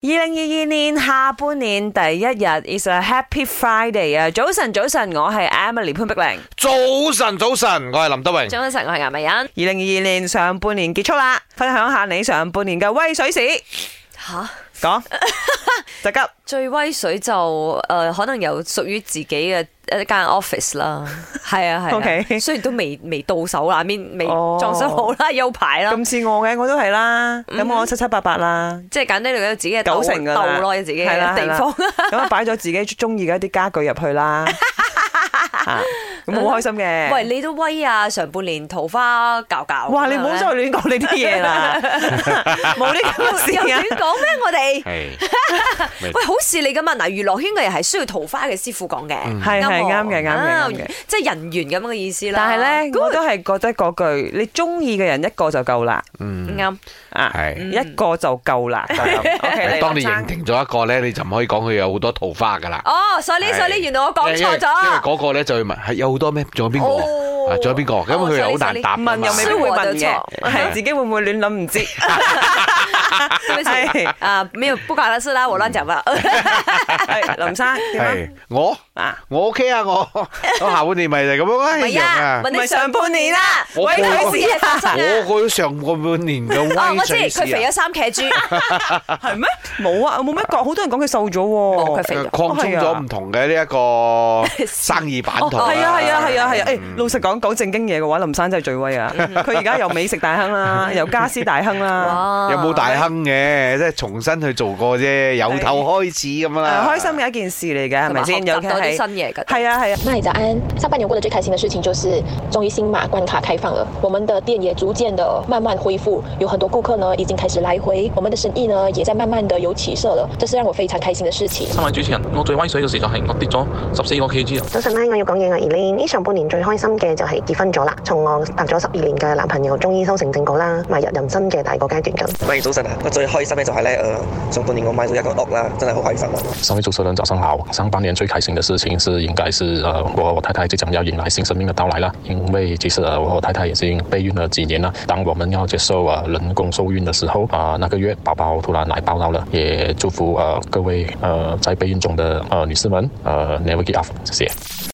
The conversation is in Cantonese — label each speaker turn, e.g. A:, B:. A: 二零二二年下半年第一日，is a happy Friday 啊！早晨，早晨，我係 Emily 潘碧玲。
B: 早晨，早晨，我係林德榮。
A: 早晨，我係顏美欣。二零二二年上半年結束啦，分享下你上半年嘅威水史。
C: 吓，
A: 講就急，
C: 最威水就誒、呃可能有屬於自己嘅一間 office 啦， 係啊係啊
A: OK
C: 雖然都未未到手啦，面未
A: 哦
C: 裝修好啦， 有排啦，
A: 咁似我嘅，我都係啦。咁我七七八八啦，
C: 即係簡單嚟講，自己嘅
A: 九成㗎啦
C: 鬥咯，有自己
A: 係啦
C: 嘅
A: 係啦
C: 地方。
A: 咁啊擺咗自己中意嘅一啲家具入去 啦。啊咁好開心嘅。
C: 喂，你都威啊！上半年桃花搞搞，
A: 哇！你唔好再
C: 有
A: 亂講呢啲嘢 啦，冇呢咁嘅
C: 有
A: 事啊
C: 亂！講咩？我 哋
B: 係
C: 喂好事嚟噶嘛？嗱，娛樂圈嘅人係需要桃花嘅師傅講嘅，
A: 嗯係係
C: 冇
A: 啱嘅啱嘅
C: 啊
A: 啱嘅，
C: 即係人緣咁樣嘅意思啦。
A: 但係咧，我
C: Good，
A: 都係覺得嗰句，你中意嘅人一個就夠啦，
B: 嗯
C: 啱。
A: 啊，
B: 係。
A: 一個就夠 啦。就咁 OK，你
B: 當你
A: 林生
B: 認定咗一個咧，你就唔可以講佢有好多桃花噶啦。
C: 哦，sorry
B: 係
C: sorry，原來我講錯
B: 因為
C: 咗。
B: 嗰個咧就會問係有好多咩？仲有邊個
C: 哦
B: 啊？仲有邊個？咁
C: 哦
B: 佢又好
C: sorry，
B: 難答㗎嘛。
A: 問又未必會問嘅，係自己會唔會亂諗 唔知。
C: 对不 起
A: 哎
C: 啊，没有不管了事啦，我乱讲
B: 嗯
C: 吧。
A: 係林生點啊
B: 係我
A: 啊？
B: 我 OK 啊， 我我下半年咪就係咁樣一
C: 系
B: 樣 啊
C: 啊，。問
A: 咪
C: 你
A: 上半年啦，
B: 我
A: 喂，
B: 過
A: 睇事啊，
B: 我過咗上個半年嘅
C: 哦，
B: 威
C: 我知
B: 水
C: 佢
B: 史
C: 肥
B: 啊
C: 咗，三騎豬，
A: 係咩？冇啊，我冇咩講，好多人講佢瘦咗
C: 冇
A: 喎
C: 佢。肥咗。哦啊
B: 擴充咗唔同嘅呢一 個生意版圖啦。
A: 係啊係啊係啊係啊！誒，老實講，講正經嘢嘅話，林生真係最威啊！佢而家又美食大亨 啦，又家私大亨啦。
C: 哇
B: 有冇大亨嘅，即係重新去做過啫，由頭開始咁啦。
A: 誒，開心嘅一件事嚟嘅，係咪先？尤
C: 有
A: 其
C: 啲新
A: 係
C: 嘢㗎。
A: 係啊係啊。
D: 麦早安，上半年我过得最开心的事情就是，终于新马关卡开放了，我们的店也逐渐的慢慢恢复，有很多顾客呢已经开始来回，我们的生意呢也在慢慢的有起色了，这是让我非常开心的事情。
E: 三位主持人，我最威水嘅時就係我跌咗十四個 KG 啊！
F: 早晨啦，我要講嘢啊 e l e 呢上半年最開心嘅就係結婚咗啦，從我拍咗十二年嘅男朋友終於修成正果啦，邁入人生嘅第二個階段咁。
G: 喂，早晨啊！我最開心嘅就係咧，誒、上半年我買咗一個屋啦，真係好開心啊！
E: 三位主持人，早上好。上半年最開心的事情是，應該是呃，我和我太太即將要迎來新生命的到來啦。因為其實呃，我和我太太已經備孕了幾年了。當我們要接受呃人工受孕的時候啊、那個月寶寶突然來報到了，也祝福呃各位呃在備孕中的呃女士們呃 never give up，謝謝。